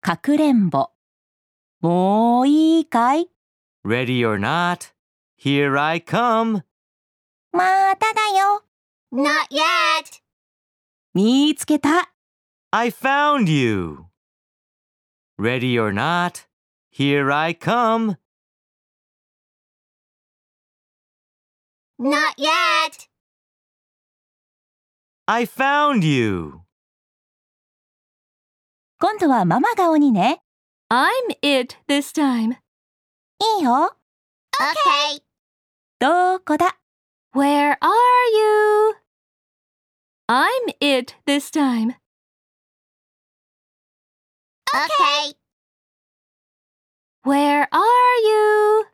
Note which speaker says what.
Speaker 1: かくれんぼ。もういいかい
Speaker 2: Ready or not, here I come.
Speaker 1: まただよ。
Speaker 3: Not yet.
Speaker 1: 見つけた。
Speaker 2: I found you. Ready or not, here I come.
Speaker 3: Not yet.
Speaker 2: I found you.
Speaker 1: 今度はママが鬼ね。
Speaker 4: I'm it this time.
Speaker 1: いいよ。
Speaker 3: Okay.
Speaker 1: どこだ
Speaker 4: Where are you? I'm it this time.
Speaker 3: Okay.
Speaker 4: Where are you?